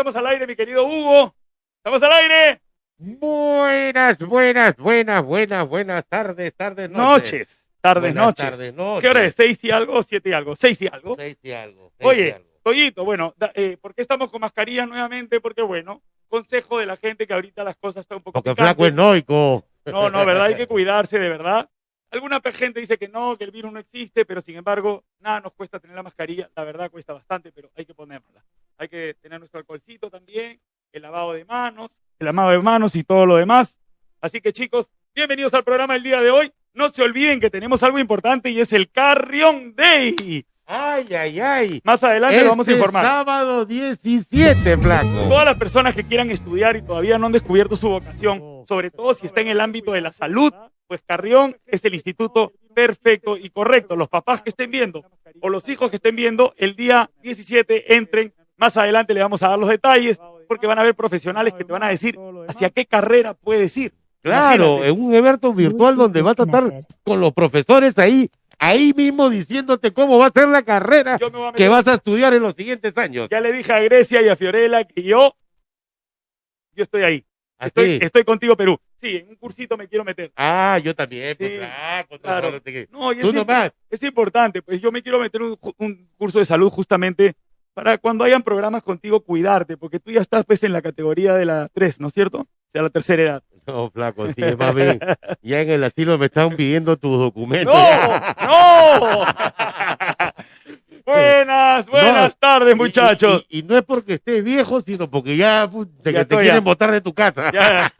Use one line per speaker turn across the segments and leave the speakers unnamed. Estamos al aire, mi querido Hugo. Estamos al aire.
Buenas, buenas, buenas, buenas, buenas tardes, tardes, noches.
Noches. Tardes,
Buenas
noches.
tardes, noches.
¿Qué hora es? ¿Seis y algo? ¿Siete y algo? ¿Seis y algo?
Seis y algo. seis y
Oye,
algo.
Toyito, bueno, da- eh, ¿por qué estamos con mascarillas nuevamente? Porque, bueno, consejo de la gente que ahorita las cosas están un poco
Porque
picantes.
flaco es noico.
No, no, ¿verdad? Hay que cuidarse, de verdad. Alguna pe- gente dice que no, que el virus no existe, pero sin embargo, nada nos cuesta tener la mascarilla. La verdad cuesta bastante, pero hay que ponérnosla. Hay que tener nuestro alcoholcito también, el lavado de manos, el lavado de manos y todo lo demás. Así que chicos, bienvenidos al programa del día de hoy. No se olviden que tenemos algo importante y es el Carrion Day.
Ay, ay, ay.
Más adelante
Este
lo vamos a informar.
sábado 17, flaco.
Todas las personas que quieran estudiar y todavía no han descubierto su vocación, sobre todo si está en el ámbito de la salud, pues Carrión es el instituto perfecto y correcto. Los papás que estén viendo o los hijos que estén viendo, el día 17 entren. Más adelante le vamos a dar los detalles porque van a haber profesionales que te van a decir hacia qué carrera puedes ir.
Claro,
Imagínate.
en un evento virtual donde va a tratar con los profesores ahí, ahí mismo diciéndote cómo va a ser la carrera
Yo me voy a
que
meter-
vas a estudiar en los siguientes años.
Ya le dije a Grecia y a Fiorella que yo, yo estoy ahí. Estoy,
Así.
estoy contigo, Perú. Sí, en un cursito me quiero meter.
Ah, yo también, pues
Sí,
flaco. tú
claro.
solo te-
No, yo
Tú
siempre-
nomás.
es importante, pues yo me quiero meter un, ju- un curso de salud justamente para cuando hayan programas contigo cuidarte, porque tú ya estás pues en la categoría de la 3, ¿no es cierto? O sea, la tercera edad.
No, flaco, sí, más bien. Ya en el asilo me están pidiendo tus documentos.
¡No! ¡No! buenas, buenas
No.
tardes, muchachos.
Y, y- y no es porque estés viejo, sino porque ya, pu- de
Ya
que te
estoy,
quieren
ya.
botar de tu casa.
Ya.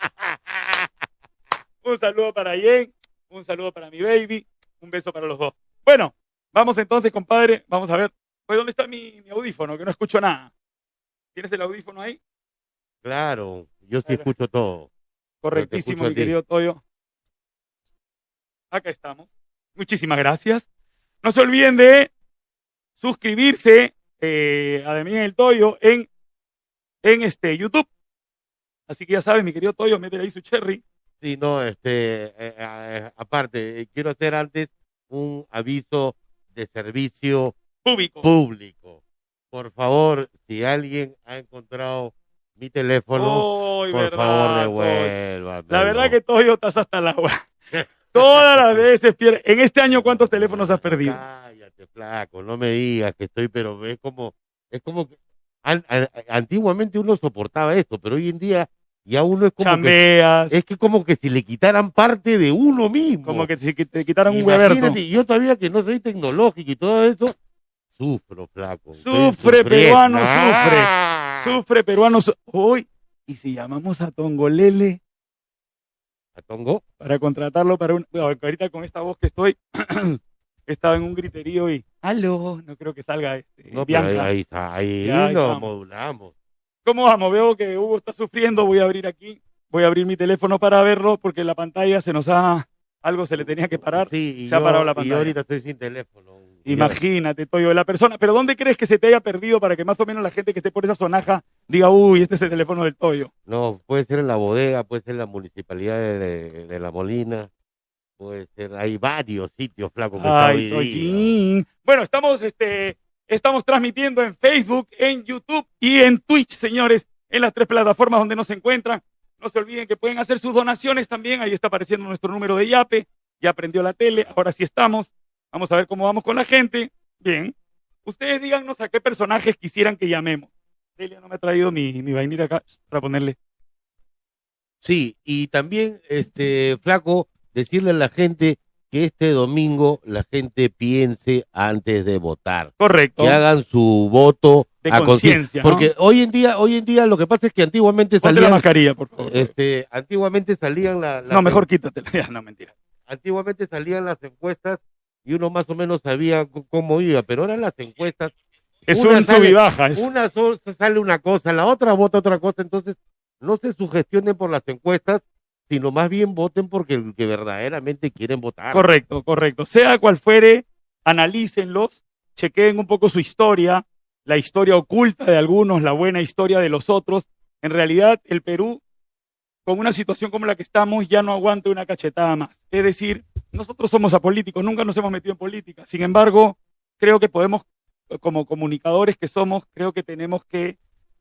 Un saludo para Jen, un saludo para mi baby, un beso para los dos. Bueno, vamos entonces, compadre, vamos a ver. Pues, ¿dónde está mi, mi audífono? Que no escucho nada. ¿Tienes el audífono ahí?
Claro, yo sí
Claro.
escucho todo.
Correctísimo,
escucho a
mi
ti.
querido Toyo. Acá estamos. Muchísimas gracias. No se olviden de suscribirse eh, a Damián el Toyo en, en este YouTube. Así que ya saben, mi querido Toyo, métele ahí su cherry.
Sí, no, este, eh, eh, aparte, eh, quiero hacer antes un aviso de servicio
Público.
público. Por favor, si alguien ha encontrado mi teléfono,
Ay,
por
verdad,
favor,
Toyo.
devuélvame.
La verdad que Toyo estás hasta el agua. Todas las veces pierde. En este año, ¿cuántos teléfonos has perdido?
Cállate, flaco, no me digas que estoy, pero es como, es como que an- an- antiguamente uno soportaba esto, pero hoy en día ya uno es como
Chambeas.
que es que como que si le quitaran parte de uno mismo.
Como que si- que te quitaron un hueverto.
Imagínate, yo todavía que no soy tecnológico y todo eso, sufro, flaco. Estoy
Sufre,
sufriendo.
peruano,
¡Ah!
Sufre peruanos hoy. Y si llamamos a Tongolele
Atongo.
para contratarlo para un. Bueno, ahorita con esta voz que estoy, he estado en un griterío y. ¡Aló! No creo que salga este,
No, pero ahí,
Bianca.
ahí está, ahí
Ya, ahí
lo
estamos.
modulamos.
¿Cómo vamos? Veo que Hugo está sufriendo. Voy a abrir aquí. Voy a abrir mi teléfono para verlo porque la pantalla se nos ha. Algo se le tenía que parar.
Sí, y
se ha
yo-
parado la
y
pantalla.
yo ahorita estoy sin teléfono.
Imagínate, Toyo, la persona. Pero ¿dónde crees que se te haya perdido para que más o menos la gente que esté por esa zonaja diga, uy, este es el teléfono del Toyo?
No, puede ser en la bodega, puede ser en la municipalidad de, de- de La Molina, puede ser, hay varios sitios flacos que están
Ay,
hoy día.
Toyin. Bueno, estamos, este, estamos transmitiendo en Facebook, en YouTube y en Twitch, señores, en las tres plataformas donde nos encuentran. No se olviden que pueden hacer sus donaciones también. Ahí está apareciendo nuestro número de Yape. Ya prendió la tele. Ahora sí estamos. Vamos a ver cómo vamos con la gente. Bien. Ustedes díganos a qué personajes quisieran que llamemos. Delia no me ha traído mi, mi vainita acá para ponerle.
Sí, y también, este, flaco, decirle a la gente que este domingo la gente piense antes de votar,
Correcto.
que hagan su voto
De
a
conciencia,
conciencia, porque hoy en día, hoy en día lo que pasa es que antiguamente
Ponte la
salían,
mascarilla, por favor.
este, antiguamente salían la, las
no, mejor quítatela. Ya, no, mentira.
antiguamente salían las encuestas y uno más o menos sabía c- cómo iba, pero ahora las encuestas,
Es
Una
un
sale-
sub y baja. es-
una sola sale una cosa, la otra vota otra cosa, entonces no se sugestionen por las encuestas, sino más bien voten porque el que verdaderamente quieren votar.
Correcto, correcto. Sea cual fuere, analícenlos, chequeen un poco su historia, la historia oculta de algunos, la buena historia de los otros. En realidad, el Perú, con una situación como la que estamos, ya no aguanta una cachetada más. Es decir, nosotros somos apolíticos, nunca nos hemos metido en política. Sin embargo, creo que podemos, como comunicadores que somos, creo que tenemos que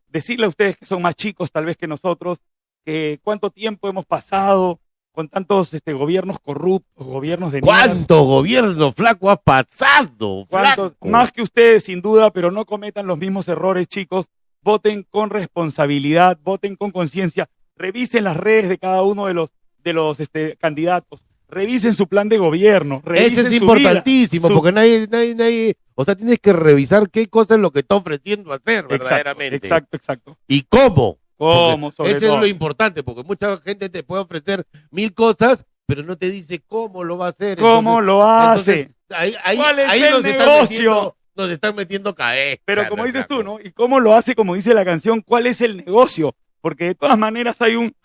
decirle a ustedes que son más chicos tal vez que nosotros, que cuánto tiempo hemos pasado con tantos este, gobiernos corruptos, gobiernos de mierda,
¿Cuánto gobierno flaco ha pasado?
cuántos-
flaco?
más que ustedes sin duda, pero no cometan los mismos errores, chicos. Voten con responsabilidad, voten con conciencia, revisen las redes de cada uno de los de los este, candidatos, revisen su plan de gobierno,
Ese
revisen
es
su vida.
importantísimo,
su-
porque nadie, nadie, nadie, o sea, tienes que revisar qué cosa es lo que está ofreciendo hacer verdaderamente.
Exacto, exacto.
Y cómo. Porque
¿Cómo? Sobre
Ese
todo.
es lo importante, porque mucha gente te puede ofrecer mil cosas, pero no te dice cómo lo va a hacer.
¿Cómo lo hace?
entonces, ahí, ahí,
¿Cuál es
ahí
el
nos, están
negocio?
metiendo, nos están metiendo cabeza.
Pero como dices tú, ¿no? ¿Y cómo lo hace, como dice la canción, cuál es el negocio? Porque de todas maneras hay un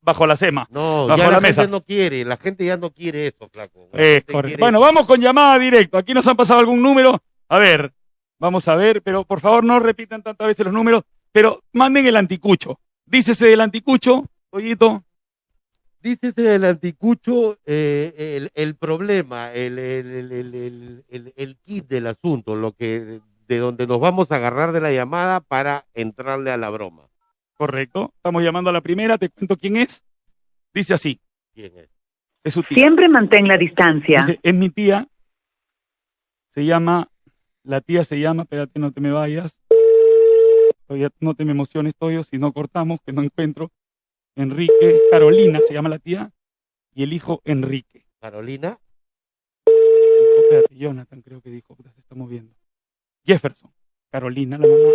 bajo la cema.
No,
Bajo
ya la,
la mesa.
gente no quiere, la gente ya no quiere eso, flaco. La
Es
gente
correcto.
quiere-
Bueno, vamos con llamada directo. Aquí nos han pasado algún número. A ver, vamos a ver, pero por favor no repitan tantas veces los números, pero manden el anticucho. Dícese del anticucho, Toyito.
Dices el anticucho, eh, el, el problema, el, el, el, el, el- el- el kit del asunto, lo que de donde nos vamos a agarrar de la llamada para entrarle a la broma.
Correcto. Estamos llamando a la primera, te cuento quién es. Dice así,
¿Quién es?
es su tía.
Siempre mantén la distancia.
Dice, es mi tía. Se llama, la tía se llama, espérate, no te me vayas. Todavía no te me emociones, Toyo, si no cortamos, que no encuentro. Enrique, Carolina se llama la tía, y el hijo Enrique.
Carolina.
Dijo, espérate, Jonathan creo que dijo, puta, se está moviendo. Jefferson, Carolina, la mamá,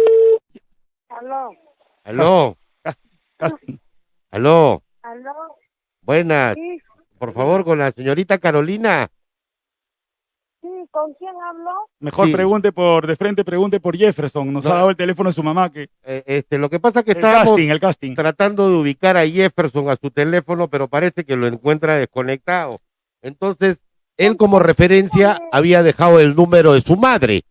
Aló,
Aló,
Casting.
aló.
aló,
Buenas.
sí,
Por favor, con la señorita Carolina.
sí, ¿con quién habló?
Mejor
Sí.
pregunte por, de frente pregunte por Jefferson, nos
No.
ha dado el teléfono de su mamá, que
Eh, este, lo que pasa es que
el
estábamos
casting, el casting.
tratando de ubicar a Jefferson a su teléfono, pero parece que lo encuentra desconectado. Entonces, él como referencia había dejado el número de su madre.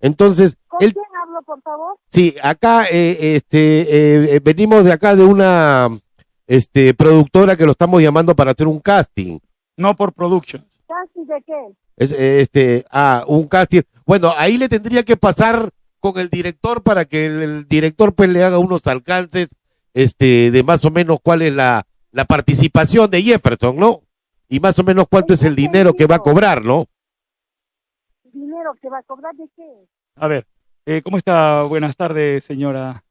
Entonces,
¿Con
él,
quién habló, por favor?
sí, acá, eh, este, eh, eh, venimos de acá de una, este, productora que lo estamos llamando para hacer un casting.
No por production.
¿Casi de qué?
Es, eh, este, ah, un casting. Bueno, ahí le tendría que pasar con el director para que el, el director pues le haga unos alcances, este, de más o menos cuál es la, la participación de Jefferson, ¿no? Y más o menos cuánto es el dinero que va a cobrar, ¿no?
¿Dinero que va a cobrar de qué?
A ver, eh, ¿cómo está? Buenas tardes, señora.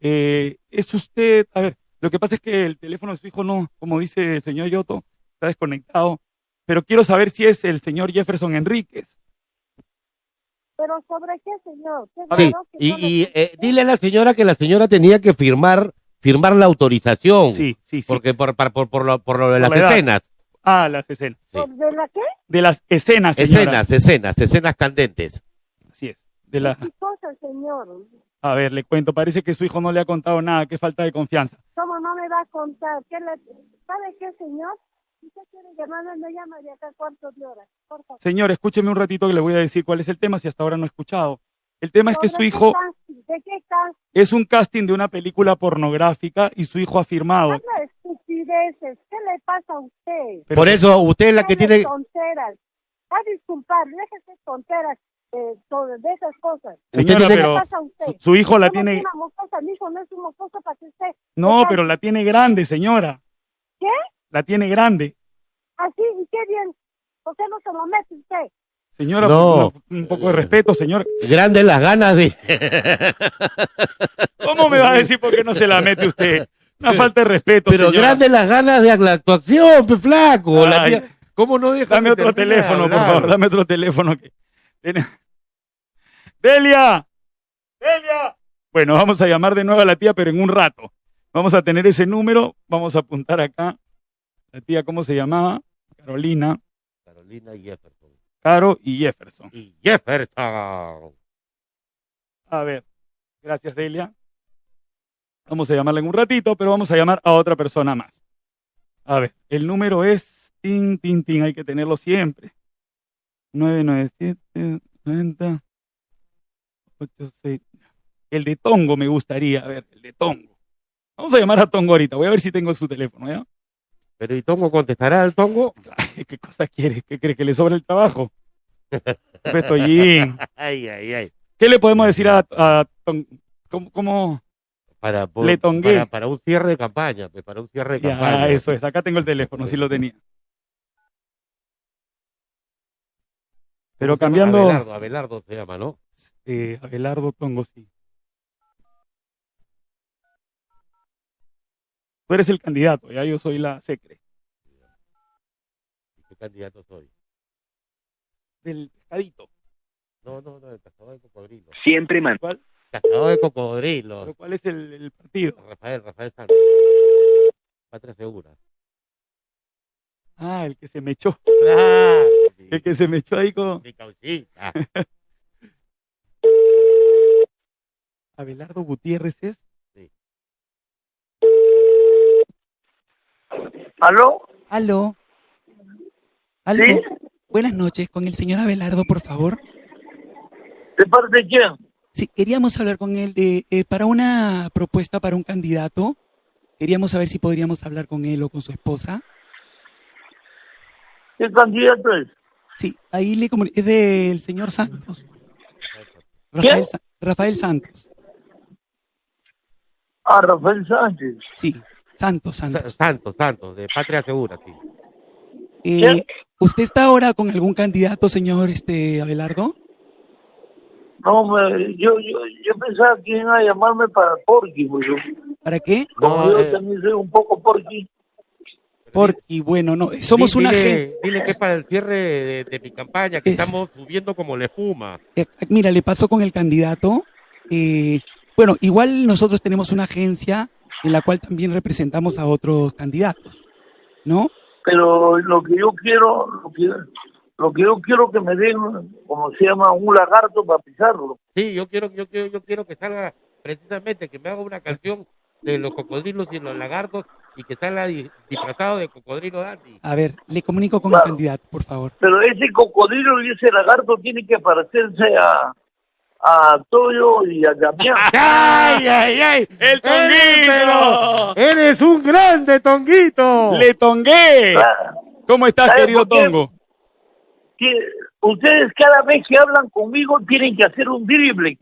Eh, es usted, a ver, lo que pasa es que el teléfono de su hijo no, como dice el señor Yoto, está desconectado, pero quiero saber si es el señor Jefferson Enríquez.
¿Pero sobre qué, señor? Qué
Sí.
raro que
Y,
no le
y, eh,
conteste.
dile a la señora que la señora tenía que firmar, firmar la autorización.
Sí, sí, sí.
Porque Oh, por, para- por, por, lo, por lo de las
la edad.
escenas,
Ah, las escenas.
¿Sobre la qué?
De las escenas, señora.
escenas, escenas, escenas candentes.
Así es. De la...
¿Qué cosa, señor?
A ver, le cuento, parece que su hijo no le ha contado nada, qué falta de confianza.
¿Cómo no me va a contar? ¿Qué le... ¿Sabe qué, señor? Si usted quiere llamarme, me llama de acá cuarto de hora, por favor.
Señor, escúcheme un ratito que le voy a decir cuál es el tema si hasta ahora no he escuchado. El tema es que
¿Sobre
su
qué
hijo
casting? ¿De qué casa?
es un casting de una película pornográfica y su hijo ha firmado.
Habla estupideces. ¿Qué le pasa a usted?
Pero-
Por eso usted es la que
Deje
tiene,
tonteras. A disculpar, déjese tonteras eh, sobre- de esas cosas.
usted
Señora,
tiene
¿Qué
pero-
le pasa a usted?
Su, su hijo la
Yo no soy
tiene...
una mocosa, mi hijo no es un mocoso para que usted
No,
Total.
pero la tiene grande, señora.
¿Qué?
La tiene grande.
así y qué bien. ¿Por qué no se lo mete usted?
Señora,
No.
por- un poco de respeto, señor.
grandes las ganas de,
¿Cómo me va a decir por qué no se la mete usted? Una falta de respeto,
Pero
señora.
grandes las ganas de la actuación, pe flaco. La
Ay.
tía- ¿Cómo no deja
Dame
que
otro
termine de
teléfono, por
hablar?
favor. Dame otro teléfono. que- Ten- ¡Delia! ¡Delia! Bueno, vamos a llamar de nuevo a la tía, pero en un rato. Vamos a tener ese número. Vamos a apuntar acá. La tía, ¿cómo se llamaba? Carolina,
Carolina Jefferson.
Caro y Jefferson.
Y Jefferson.
A ver. Gracias, Delia. Vamos a llamarla en un ratito, pero vamos a llamar a otra persona más. A ver, el número es tin, tin, tin, hay que tenerlo siempre. 997 90 86. El de Tongo me gustaría, a ver, el de Tongo. Vamos a llamar a Tongo ahorita, voy a ver si tengo su teléfono, ¿ya?
Pero ¿y Tongo contestará al Tongo?
Ay, ¿Qué cosa quieres? ¿Qué crees que le sobra el trabajo? Pues, Tollín,
Ay, ay, ay.
¿Qué le podemos decir a, a Tongo? ¿Cómo, cómo-
para, por-
Le tongué.
para, para un cierre de campaña, pues, para un cierre de campaña.
Ya, ah, eso es. Acá tengo el teléfono, sí lo tenía. Pero
Se llama
cambiando.
Abelardo, Abelardo se llama, ¿no?
Eh, Abelardo Tongo, sí. Tú eres el candidato, ya yo soy la secre.
¿Qué candidato soy?
Del pescadito.
No, no, no, el cascado de cocodrilo.
Siempre man.
Cascado de cocodrilo.
Pero ¿Cuál es el, el partido?
Rafael, Rafael Santos. Patria Segura.
Ah, el que se me echó.
Claro, mi-
El que se me echó ahí con
mi causita.
Abelardo Gutiérrez es.
¿Aló?
Aló. Aló.
¿Sí?
Buenas noches, con el señor Abelardo, por favor.
¿De parte de quién?
Sí, queríamos hablar con él de eh, para una propuesta para un candidato. Queríamos saber si podríamos hablar con él o con su esposa.
¿Qué candidato es?
Sí, ahí le comuni- es del señor Santos. Rafael, Sa- Rafael Santos.
Ah, Rafael Sánchez.
Sí, Santos,
Sa-
Santos.
Santos, Santos, de Patria Segura, sí.
Eh,
¿Quién?
¿Usted está ahora con algún candidato, señor este Abelardo?
No, me, yo, yo, yo pensaba que iban a llamarme para Porky, pues yo,
¿Para qué?
como
No,
yo
eh,
también soy un poco Porky.
Porque, bueno, no, somos
Di-
una
dile,
gente.
Dile que es para el cierre de, de mi campaña, que
Es-
estamos subiendo como la espuma.
Eh, mira, le pasó con el candidato. eh, bueno, igual nosotros tenemos una agencia en la cual también representamos a otros candidatos, ¿no?
Pero lo que yo quiero, lo que, lo que yo quiero que me den, como se llama, un lagarto para pisarlo.
Sí, yo quiero, yo quiero, yo quiero que salga precisamente, que me haga una canción de los cocodrilos y los lagartos y que salga di- disfrazado de cocodrilo Dandy.
A ver, le comunico con
Claro.
el candidato, por favor.
Pero ese cocodrilo y ese lagarto tienen que parecerse a, a Toyo y a Damián.
¡Ay, ay, ay!
¡El
Eres,
Tonguito!
pero- ¡Eres un grande, Tonguito!
¡Le tongué!
Ah,
¿Cómo estás,
¿Sabe
querido
por qué?
Tongo?
que ustedes cada vez que hablan conmigo tienen que hacer un drible.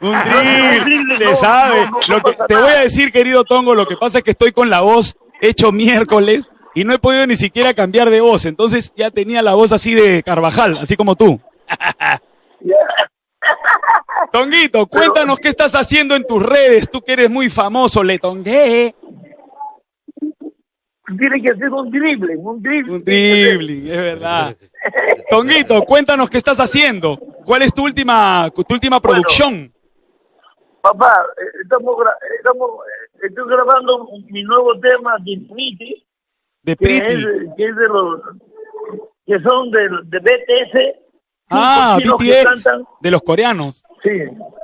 Un
no,
drible,
drible,
se
no,
sabe.
no, no,
Lo
no
que-
pasa
te
nada.
voy a decir, querido Tongo, lo que pasa es que estoy con la voz hecho miércoles y no he podido ni siquiera cambiar de voz. Entonces ya tenía la voz así de Carvajal, así como tú. Tonguito, cuéntanos qué estás haciendo en tus redes. Tú que eres muy famoso, le tongué.
Tienen que hacer un drible, un drible.
Un dribbling, es verdad. Tonguito, cuéntanos qué estás haciendo. ¿Cuál es tu última, tu última producción?
Papá, eh, estamos, gra- eh, estamos, eh, estoy grabando mi nuevo tema de Infinity,
De
que es,
Pretty.
que es de los que son de, de BTS.
Ah,
unos chinos que
BTS,
cantan.
de los coreanos.
Sí.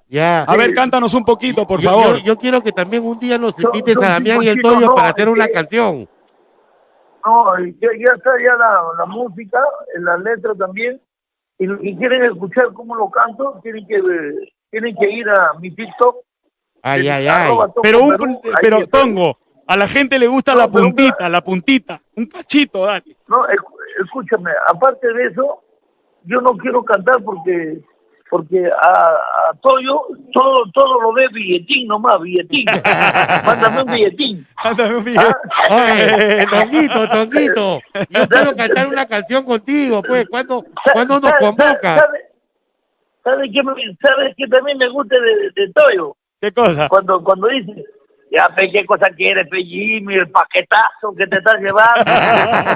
Ya.
A ver, cántanos un poquito, Ah, por
Yo-
favor.
Yo, yo quiero que también un día nos
Yo-
invites
yo
a Damián y el
digo,
Toyo
no,
para hacer una
que-
canción.
No, y ya, ya está ya la, la música, la letra también. Y lo que quieren escuchar cómo lo canto, tienen que eh, tienen que ir a mi TikTok.
Ay,
que
ay,
es
ay.
arroba Tongo
Pero, un, eh,
Perú. Ahí
pero
está.
Tongo, a la gente le gusta
No,
la
pero un-
puntita, la puntita. Un cachito, dale.
No, esc- escúchame, aparte de eso, yo no quiero cantar porque porque a, a Toyo todo, todo lo ve billetín nomás, billetín. Mándame un billetín.
Ándame un video.
¿ah?
Oye, Tonguito, Tonguito. Yo quiero cantar una canción contigo, pues. ¿Cuándo,
Sa-
¿cuándo nos
sa- sa-
convocas?
¿Sabes sabe qué, me- sabe qué también me gusta de, de Toyo?
¿Qué cosa?
Cuando cuando dice, ya, pe, ¿qué cosa quieres, pe, Jimmy? El paquetazo que te estás llevando.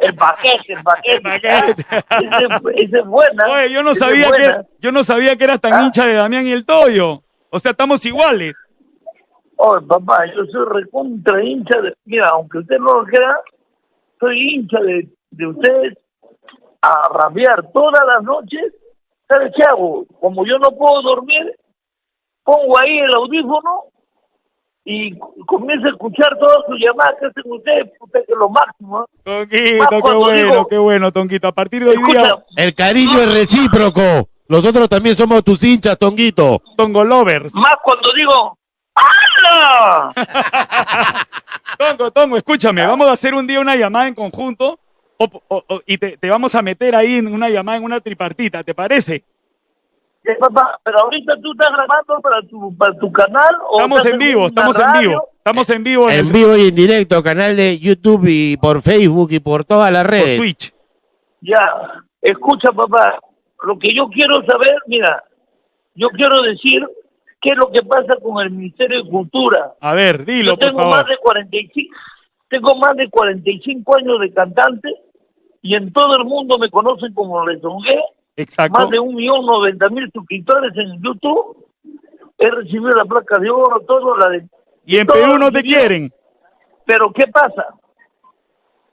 el paquete, el paquete.
paquete.
Ese- Esa es buena.
Oye, yo no
esa es
sabía que
buena.
era- yo no sabía que eras tan
Ah.
hincha de Damián y el Toyo. O sea, estamos iguales.
Oye, papá, yo soy recontra hincha de... Mira, aunque usted no lo crea, soy hincha de, de ustedes a rabiar todas las noches. ¿Sabes qué hago? Como yo no puedo dormir, pongo ahí el audífono y c- comienzo a escuchar todas sus llamadas que hacen ustedes, puta, que es lo máximo. ¿eh? Más
Tonguito, qué
cuando
bueno,
digo-
qué bueno, Tonguito. A partir de hoy día,
Escucha,
El cariño es recíproco. Nosotros también somos tus hinchas, Tonguito.
Tongo Lovers.
más cuando digo... ¡Hala!
Tongo, Tongo, escúchame, vamos a hacer un día una llamada en conjunto o- o- o- y te, te vamos a meter ahí en una llamada, en una tripartita, ¿te parece?
Eh, papá, pero ahorita tú estás grabando para tu, para tu canal. O
Estamos
estás
en vivo,
una
estamos en
radio?
vivo. Estamos en vivo en,
En
el-
vivo y en directo, canal de YouTube y por Facebook y por todas las
por
redes.
Twitch.
Ya, escucha, papá. Lo que yo quiero saber, mira, yo quiero decir qué es lo que pasa con el Ministerio de Cultura.
A ver, dilo,
Yo
por
tengo más
favor.
de 45, tengo más de 45 años de cantante y en todo el mundo me conocen como Lesongué. Más
Exacto.
de un millón noventa mil suscriptores en YouTube. He recibido la placa de oro, todo la de...
Y en
todos
Perú no
los
te
videos.
quieren.
Pero ¿qué pasa?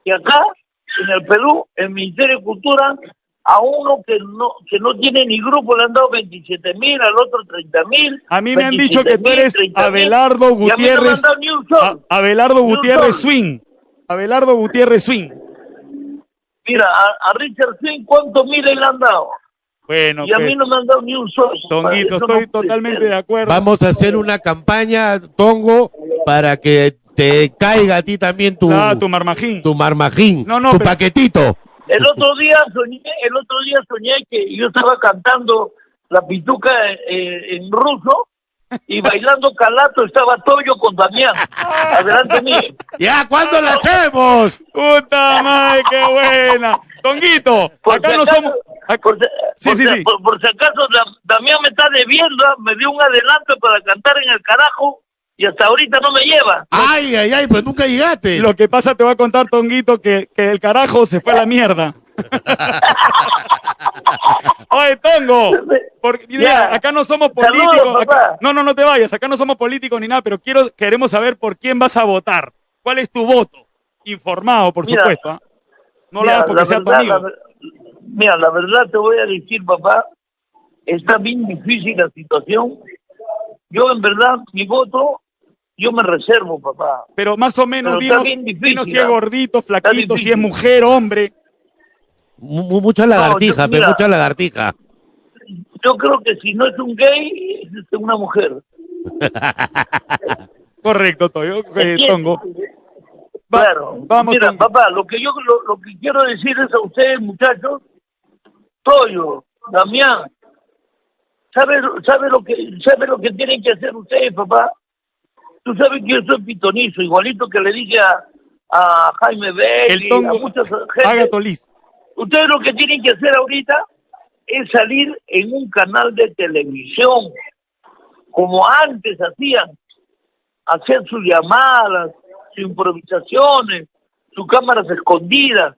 Que acá, en el Perú, el Ministerio de Cultura, a uno que no que no tiene ni grupo le han dado 27 mil, al otro 30 mil.
A mí me han dicho que tú eres Abelardo
Y a mí no me
Gutiérrez. Ah,
han dado ni un
A-
sol.
Abelardo
Ni un
Gutiérrez
sol.
Swing. Abelardo Gutiérrez Swing.
Mira, a, a Richard Swing, ¿cuántos miles le han dado?
Bueno,
y a
pues,
mí no me han dado ni un sol.
Tonguito,
Eso no
estoy
puede
totalmente
ser.
de acuerdo.
Vamos a hacer una campaña, Tongo, para que te caiga a ti también tu,
Ah, tu marmajín.
tu marmajín,
No, no,
tu
pero-
paquetito.
El otro día soñé, el otro día soñé que yo estaba cantando la pituca eh, en ruso y bailando calato estaba Toyo con Damián. Adelante mío.
¡Ya, cuándo la hacemos!
¡Puta madre, qué buena! Tonguito,
Por
acá
si
no
acaso-
somos... ac-
Por, si-
Sí,
por
sí,
si-
sí.
por- por si acaso Da- Damián me está debiendo, ah, me dio un adelanto para cantar en el carajo y hasta ahorita no me lleva.
¡Ay, ay, ay! Pues nunca llegaste.
Lo que pasa te va a contar, Tonguito, que, que el carajo se fue a la mierda. Oye, Tongo, por- mira,
Ya.
acá no somos
Saludos,
políticos. acá-
papá.
no, no, no te vayas, acá no somos políticos ni nada, pero quiero, queremos saber por quién vas a votar. ¿Cuál es tu voto? Informado, por
Mira.
supuesto. ¿ah? No lo
Mira,
hagas porque sea tu amigo.
la ver- mira, la verdad te voy a decir, papá, está bien difícil la situación. Yo, en verdad, mi voto, yo me reservo, papá.
Pero más o menos,
Pero
dinos,
está bien difícil,
dinos si es
¿ah?
gordito, flaquito, si
difícil.
es mujer, hombre.
Mu- mu- Mucha lagartija,
yo-
pero
mira.
mucha lagartija.
Yo creo que si no es un gay, es este, una mujer.
Correcto, Toyo, eh,
¿Entiendes?
Tongo. Va-
Claro.
Vamos,
Mira,
Tongo.
papá, lo que yo lo, lo que quiero decir es a ustedes, muchachos, Toyo, Damián, ¿sabe, sabe lo que sabe lo que tienen que hacer ustedes, papá? Tú sabes que yo soy pitonizo, igualito que le dije a, a Jaime Bell
El
y a
Tongo.
muchas
Haga
gente.
Tolís.
Ustedes lo que tienen que hacer ahorita es salir en un canal de televisión, como antes hacían, hacer sus llamadas, sus improvisaciones, sus cámaras escondidas,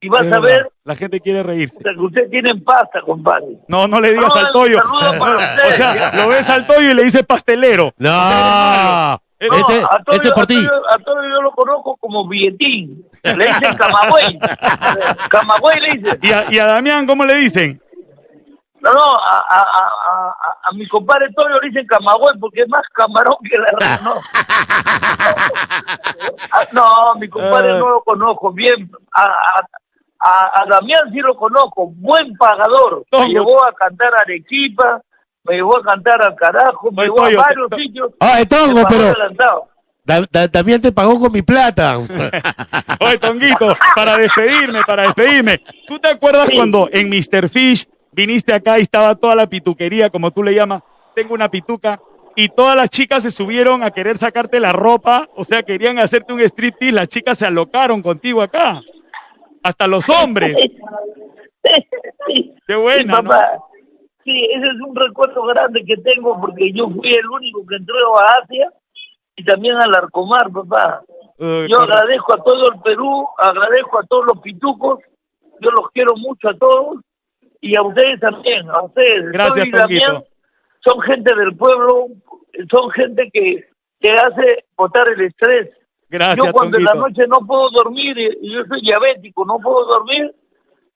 y vas
Es
a
verdad,
ver
La gente quiere reírse.
que ustedes tienen pasta, compadre.
No, no le digas
Brother,
al Toyo.
saludos para
O
ustedes,
sea,
¿ya?
lo ves al Toyo y le dices pastelero.
¡No!
No,
ese,
a todo
ese Este, es por ti.
A todo yo lo conozco como billetín. Le dicen camagüey. camagüey le dicen.
Y a, y a Damián, ¿cómo le dicen?
No, no, a, a, a, a- a, a mi compadre Toyo le dicen camagüey porque es más camarón que la red, no. Ah, no, mi compadre
Ah.
no lo conozco bien. A, a, a- a Damián sí lo conozco, buen pagador.
Tongo.
Me llevó a cantar a Arequipa, me llevó a cantar al carajo, me
Oye,
llevó
Toyo,
a varios
te-
sitios.
Ah, es
Me
tongo,
pagó
pero
adelantado.
da- da- también te pagó con mi plata.
Oye, Tonguito, para despedirme, para despedirme. ¿Tú te acuerdas
Sí.
cuando en Mr. Fish viniste acá y estaba toda la pituquería, como tú le llamas? Tengo una pituca. Y todas las chicas se subieron a querer sacarte la ropa. O sea, querían hacerte un striptease. Las chicas se alocaron contigo acá. Hasta los hombres. Qué buena,
sí,
¿no?
papá. Sí, ese es un recuerdo grande que tengo porque yo fui el único que entró a Asia y también al Arcomar, papá.
Eh,
Yo
correcto.
agradezco a todo el Perú, agradezco a todos los pitucos, yo los quiero mucho a todos y a ustedes también, a ustedes.
Gracias,
Toby y Damián
Tonguito.
son gente del pueblo, son gente que, que hace botar el estrés.
Gracias,
yo cuando en la
Tonguito.
noche no puedo dormir, y- y yo soy diabético, no puedo dormir.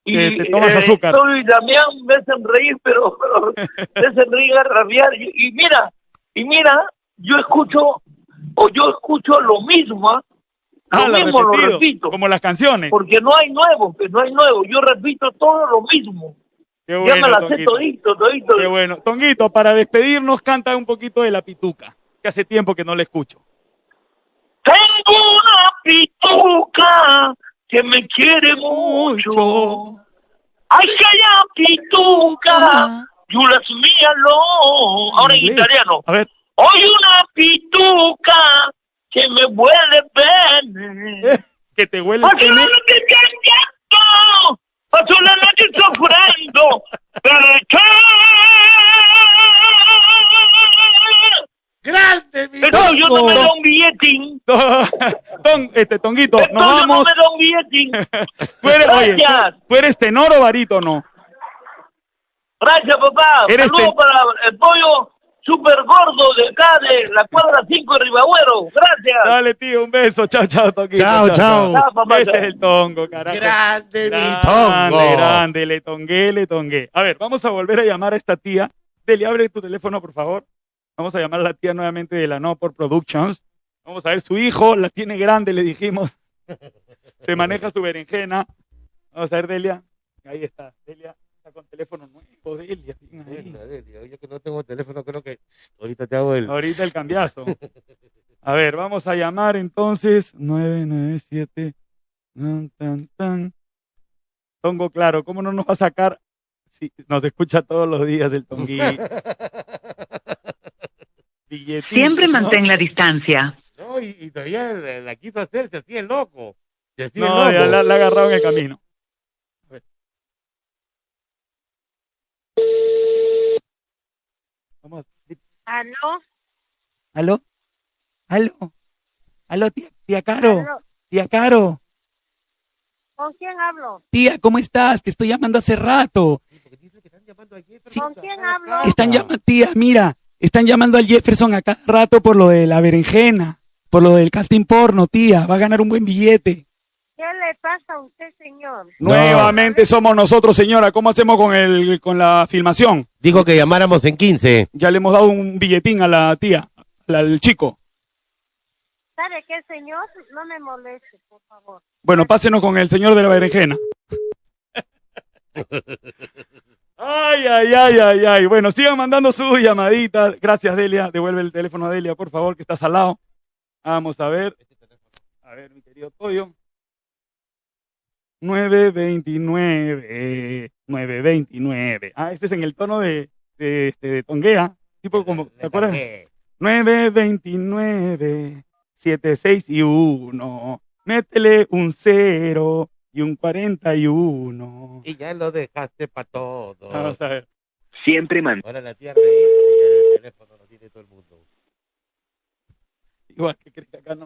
Y
Te- te tomas azúcar.
Toby y Damián me hacen reír, pero, pero me hacen reír, rabiar. Y, y mira, y mira, yo escucho, o yo escucho lo mismo, ¿ah?
Ah,
lo
la
mismo lo
repetido,
repito,
Como las canciones.
porque no hay nuevo, que no hay nuevo, yo repito todo lo mismo.
Qué
ya me la sé
Tonguito.
todito, todito.
Qué bueno. Tonguito, para despedirnos, canta un poquito de la pituca, que hace tiempo que no la escucho.
Tengo una pituca que me quiere mucho. Ay, que la pituca Yulas míalo. Ahora en
Inglés.
italiano.
A ver,
Hoy una pituca que me huele bene.
que te huele el
Pasó la
pene.
noche cantando, pasó la noche sufriendo, pero ¿qué?
¡Grande, mi
Eso yo no
Tongo!
me da un billetín.
Ton, este, Tonguito,
Esto
nos
yo no
vamos.
me da un billetín.
Tú eres, oye,
Gracias.
¿tú eres tenor o barítono?
Gracias, papá.
Eres
Saludos
ten-
para el pollo super gordo de acá, de la cuadra 5 de Ribagüero. Gracias.
Dale, tío, un beso. Chao, chao, Tonguito.
Chao, chao.
Chao, papá,
Ese
chao.
es el Tongo, carajo.
Grande, mi
Grande,
tongo.
grande, le tongué, le tongué. A ver, vamos a volver a llamar a esta tía. Deli, abre tu teléfono, por favor. Vamos a llamar a la tía nuevamente de la No Por Productions. Vamos a ver, su hijo la tiene grande, le dijimos. Se maneja su berenjena. Vamos a ver, Delia. Ahí está, Delia. Está con teléfono nuevo, Delia. bien ahí.
Yo que no tengo teléfono, creo que ahorita te hago el.
Ahorita el cambiazo. A ver, vamos a llamar entonces. 997. Tan, tan, tan. Tongo, claro, ¿cómo no nos va a sacar? si nos escucha todos los días el tongui. Billetín,
Siempre
¿no?
mantén la distancia.
No, y, y todavía la, la quiso hacer, se hacía el loco. Se hacía el
No,
loco.
ya la, la agarraron en el camino. A ver. Vamos.
¿Aló?
¿Aló? ¿Aló? ¿Aló, tía, tía Caro?
¿Aló?
Tía Caro.
¿Con quién hablo?
Tía, ¿cómo estás? Te estoy llamando hace rato.
Porque dice que están llamando a Jefferson
Sí. ¿Con
a-
quién
a la
hablo?
casa.
Están llamando, tía, mira. Están llamando al Jefferson a cada rato por lo de la berenjena. Por lo del casting porno, tía. Va a ganar un buen billete.
¿Qué le pasa a usted, señor?
No.
Nuevamente somos nosotros, señora. ¿Cómo hacemos con, el, con la filmación?
Dijo que llamáramos en 15.
Ya le hemos dado un billetín a la tía, al- al chico.
¿Sabe qué, señor? No me moleste, por favor.
Bueno, pásenos con el señor de la berenjena. Ay, ay, ay, ay, ay. Bueno, sigan mandando sus llamaditas. Gracias, Delia. Devuelve el teléfono a Delia, por favor, que estás al lado. Vamos a ver. A ver, mi querido Toyo. 929. 929. eh, Ah, este es en el tono de, de, este, de Tonguea. Tipo como, ¿te acuerdas? 929 76 y 1. Métele un 0 y un 41.
Y ya lo dejaste para todo.
Vamos a ver.
Siempre mantén.
Ahora la tía reír y ya el teléfono lo tiene todo el mundo.
Igual que crees que acá no.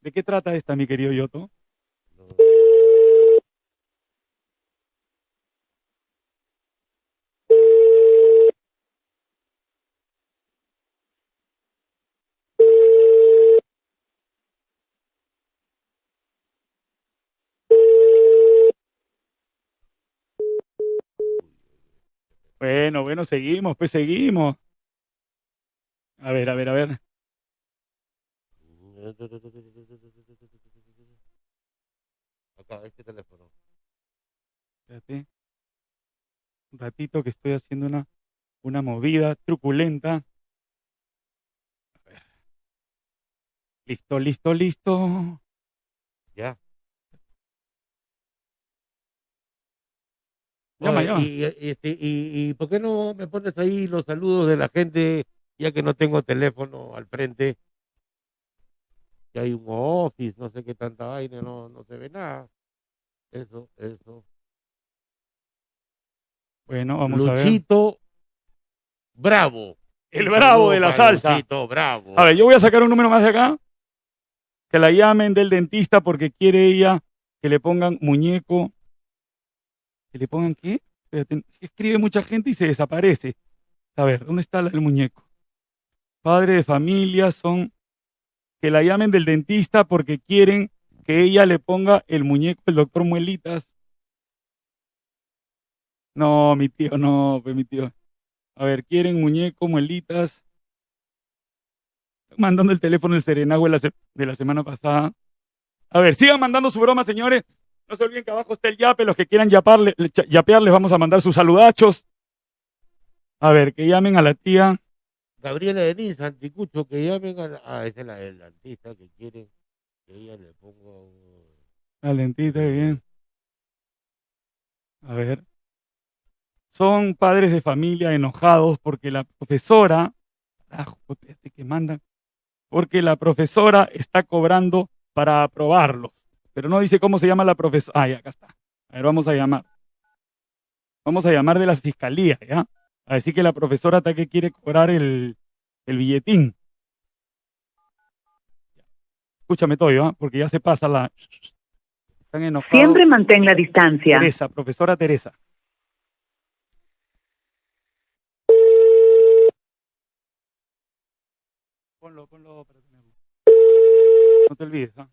¿De qué trata esta, mi querido Yoto?
No.
Bueno, bueno, seguimos, pues seguimos. A ver, a ver, a ver.
Acá, este teléfono.
Espérate. Un ratito que estoy haciendo una, una movida truculenta. A ver. Listo, listo, listo.
Ya.
Llama,
Oye,
llama.
Y, y- este, y- y por qué no me pones ahí los saludos de la gente, ya que no tengo teléfono al frente? Que hay un office, no sé qué tanta vaina, no, no se ve nada. Eso, eso.
Bueno, vamos a ver.
Luchito Bravo.
El
Un
bravo
saludo
de la
para
salsa.
Luchito Bravo.
A ver, yo voy a sacar un número más de acá. Que la llamen del dentista porque quiere ella que le pongan muñeco. ¿Que le pongan qué? Espérate, Escribe mucha gente y se desaparece. A ver, ¿dónde está la- el muñeco? Padre de familia son. Que la llamen del dentista porque quieren que ella le ponga el muñeco del doctor Muelitas. No, mi tío, no, pues mi tío. A ver, quieren muñeco, muelitas mandando el teléfono del Serenagüe de la, se- de la semana pasada. A ver, sigan mandando su broma, señores. No se olviden que abajo está el yape. Los que quieran yaparle- le- cha- yapear, les vamos a mandar sus saludachos. A ver, que llamen a la tía.
Gabriela Denise, Anticucho, que llamen a, la- ah, esa es la del dentista que quieren que ella le ponga un...
Calentita, bien. A ver. son padres de familia enojados porque la profesora, carajo, este que mandan, porque la profesora está cobrando para aprobarlos. Pero no dice cómo se llama la profesora. Ah, ya, acá está. A ver, vamos a llamar. Vamos a llamar de la fiscalía, ¿ya? A decir que la profesora hasta que quiere cobrar el, el billetín. Escúchame, Toyo, ¿ah? porque ya se pasa la... Están enojados.
Siempre mantén la distancia.
Teresa, profesora Teresa. Ponlo, ponlo para tenerlo. No te olvides, ¿ah?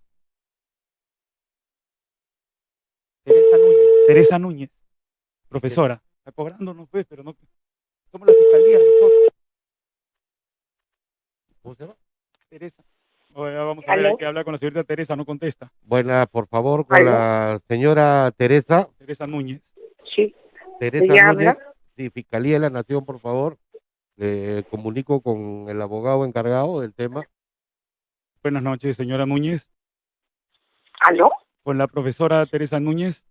Teresa Núñez, Teresa Núñez, profesora. Está cobrándonos, pues, pero no. Somos la fiscalía, nosotros.
¿Cómo se llama?
Teresa. Oye, vamos a ver,
¿Aló?
hay que hablar con la señorita Teresa, no contesta.
Buena, por favor, con
Aló.
la señora Teresa.
Teresa Núñez.
Sí.
Teresa
¿Ella
Núñez,
habla?
sí, Fiscalía de la Nación, por favor. Le comunico con el abogado encargado del tema.
Buenas noches, señora Núñez.
¿Aló?
Con la profesora Teresa Núñez.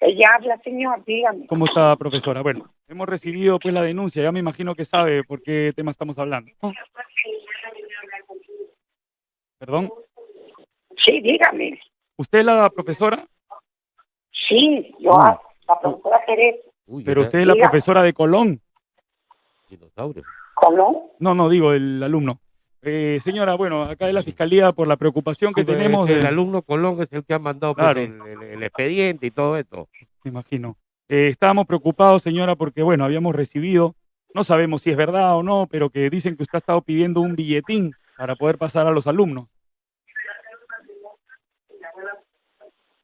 Ella habla, señor, dígame.
¿Cómo está, profesora? Bueno, hemos recibido pues la denuncia, ya me imagino que sabe por qué tema estamos hablando. ¿no? Perdón.
Sí, dígame.
¿Usted es la profesora?
Sí, yo,
Mm.
la profesora Teresa
Uy,
Pero
era
usted es la
Diga.
profesora de Colón.
dinosaurio.
Colón.
No, no, digo, el alumno. Eh, señora, bueno, acá de la fiscalía por la preocupación que
Sí, pues, este, pero
tenemos.
es que
del-
El alumno Colón es el que ha mandado pues,
Claro.
el, el- el expediente y todo eso.
me imagino. Eh, estábamos preocupados, señora, porque, bueno, habíamos recibido, no sabemos si es verdad o no, pero que dicen que usted ha estado pidiendo un billetín para poder pasar a los alumnos.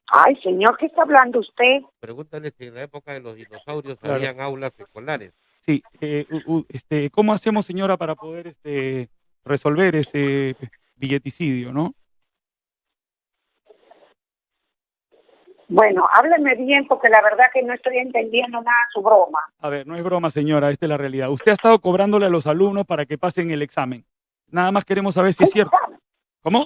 Ay, señor, ¿qué está hablando usted?
Pregúntale si en la época de los dinosaurios
Claro.
habían aulas escolares.
Sí, eh, u- u- este, ¿cómo hacemos, señora, para poder este, resolver ese billeticidio, no?
Bueno, hábleme bien porque la verdad que no estoy entendiendo nada de su broma.
A ver, no es broma, señora, esta es la realidad. Usted ha estado cobrándole a los alumnos para que pasen el examen. Nada más queremos saber si es cierto.
examen?
¿Cómo?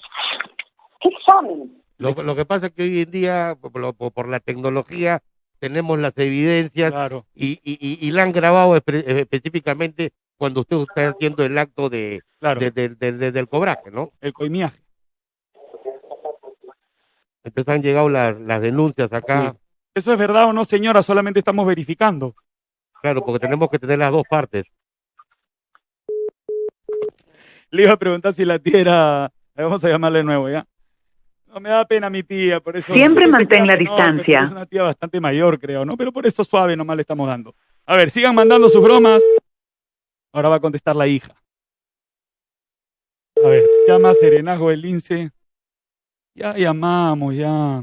¿Qué examen?
Lo, lo que pasa es que hoy en día, por, lo- por- por la tecnología, tenemos las evidencias
Claro.
y, y, y- y la han grabado espe- eh, específicamente cuando usted está haciendo el acto de,
Claro,
de- de- de- de- del cobraje, ¿no?
el coimiaje.
Entonces han llegado las, las denuncias acá,
¿Eso es verdad o no, señora? Solamente estamos verificando.
claro, porque tenemos que tener las dos partes.
Le iba a preguntar si la tía era... Vamos a llamarle de nuevo, ¿ya? No, me da pena mi tía, por eso...
Siempre
Yo sé que
mantén la
hace- no,
distancia.
Es una tía bastante mayor, creo, ¿no? Pero por eso suave nomás le estamos dando. A ver, sigan mandando sus bromas. Ahora va a contestar la hija. A ver, llama Serenazgo del Lince. Ya llamamos, ya.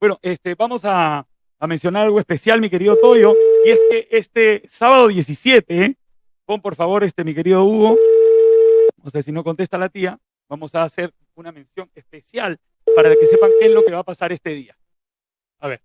Bueno, este, vamos a, a mencionar algo especial, mi querido Toyo, y es que este sábado 17, ¿eh? pon por favor, este, mi querido Hugo, o sea, si no contesta la tía, vamos a hacer una mención especial para que sepan qué es lo que va a pasar este día. A ver.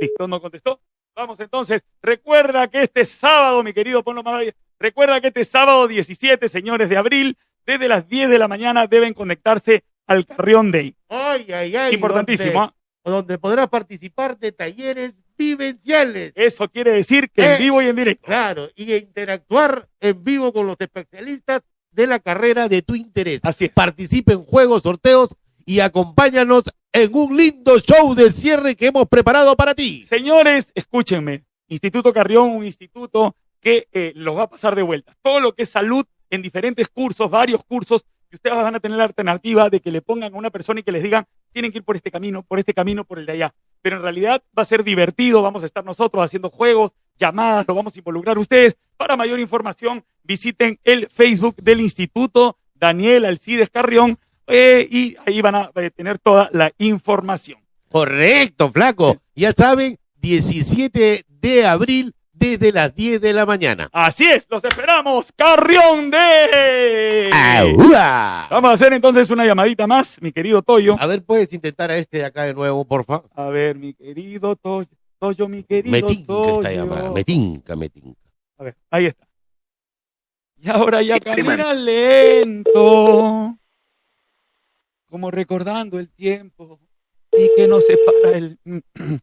Listo, no contestó. Vamos entonces, recuerda que este sábado, mi querido, ponlo más ahí, recuerda que este sábado 17, señores de abril, desde las 10 de la mañana deben conectarse al Carrión Day.
Ay, ay, ay.
Importantísimo. ¿ah?
Donde, donde podrás participar de talleres vivenciales.
Eso quiere decir que
Eh.
en vivo y en directo.
Claro, y interactuar en vivo con los especialistas de la carrera de tu interés.
Así es.
Participe en juegos, sorteos y acompáñanos en un lindo show de cierre que hemos preparado para ti.
Señores, escúchenme. Instituto Carrión, un instituto que eh, los va a pasar de vuelta. Todo lo que es salud en diferentes cursos, varios cursos, y ustedes van a tener la alternativa de que le pongan a una persona y que les digan, tienen que ir por este camino, por este camino, por el de allá. Pero en realidad va a ser divertido, vamos a estar nosotros haciendo juegos, llamadas, lo vamos a involucrar ustedes. Para mayor información, visiten el Facebook del Instituto Daniel Alcides Carrión eh, y ahí van a eh, tener toda la información.
Correcto, flaco. Ya saben, 17 de abril desde las 10 de la mañana.
Así es, los esperamos. Carrión de.
¡Aúa!
Vamos a hacer entonces una llamadita más, mi querido Toyo.
A ver, puedes intentar a este de acá de nuevo, porfa.
A ver, mi querido Toyo, Toyo, mi
Me
querido
tinca
Toyo.
esta llamada, me tinca, me tinca.
A ver, ahí está. Y ahora ya
Sí,
camina lento, como recordando el tiempo y que nos separa el...
mm,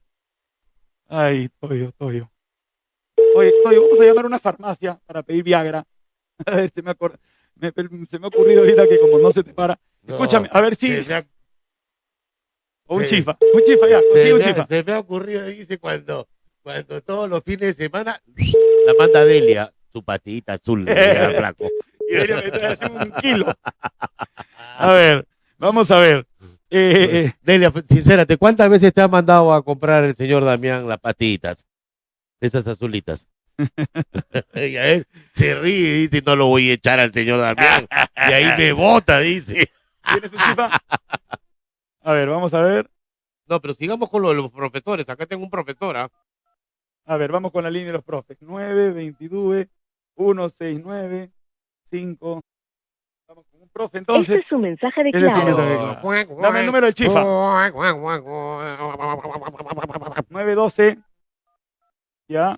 Ay, Toyo, Toyo. Oye, Toyo, vamos a llamar a una farmacia para pedir Viagra. A ver, se me, acor- me- se me ha ocurrido ahorita que como no se te para...
No,
Escúchame, a ver si...
se me ha-
O un
sí.
chifa, un chifa ya,
se
consigue un
me ha-
chifa.
se me ha ocurrido, dice, cuando, cuando todos los fines de semana la manda Delia, su patita azul, le llega al flaco.
Y de ahí le metes así un kilo. A ver, vamos a ver. Eh, eh,
Delia, sincérate, ¿cuántas veces te ha mandado a comprar el señor Damián las patitas? Esas azulitas. y a él se ríe y dice, no lo voy a echar al señor Damián. y ahí me bota, dice.
¿Tienes un chifa? A ver, vamos a ver.
No, pero sigamos con lo de los profesores. Acá tengo un profesor, ¿ah?
A ver, vamos con la línea de los profes. 9, 22, 1, 6, 9, 5. Vamos con un profe entonces.
Este su mensaje de
Ese es Oh. su mensaje, claro. Ah. Dame el número del chifa. 9, 12. Ya.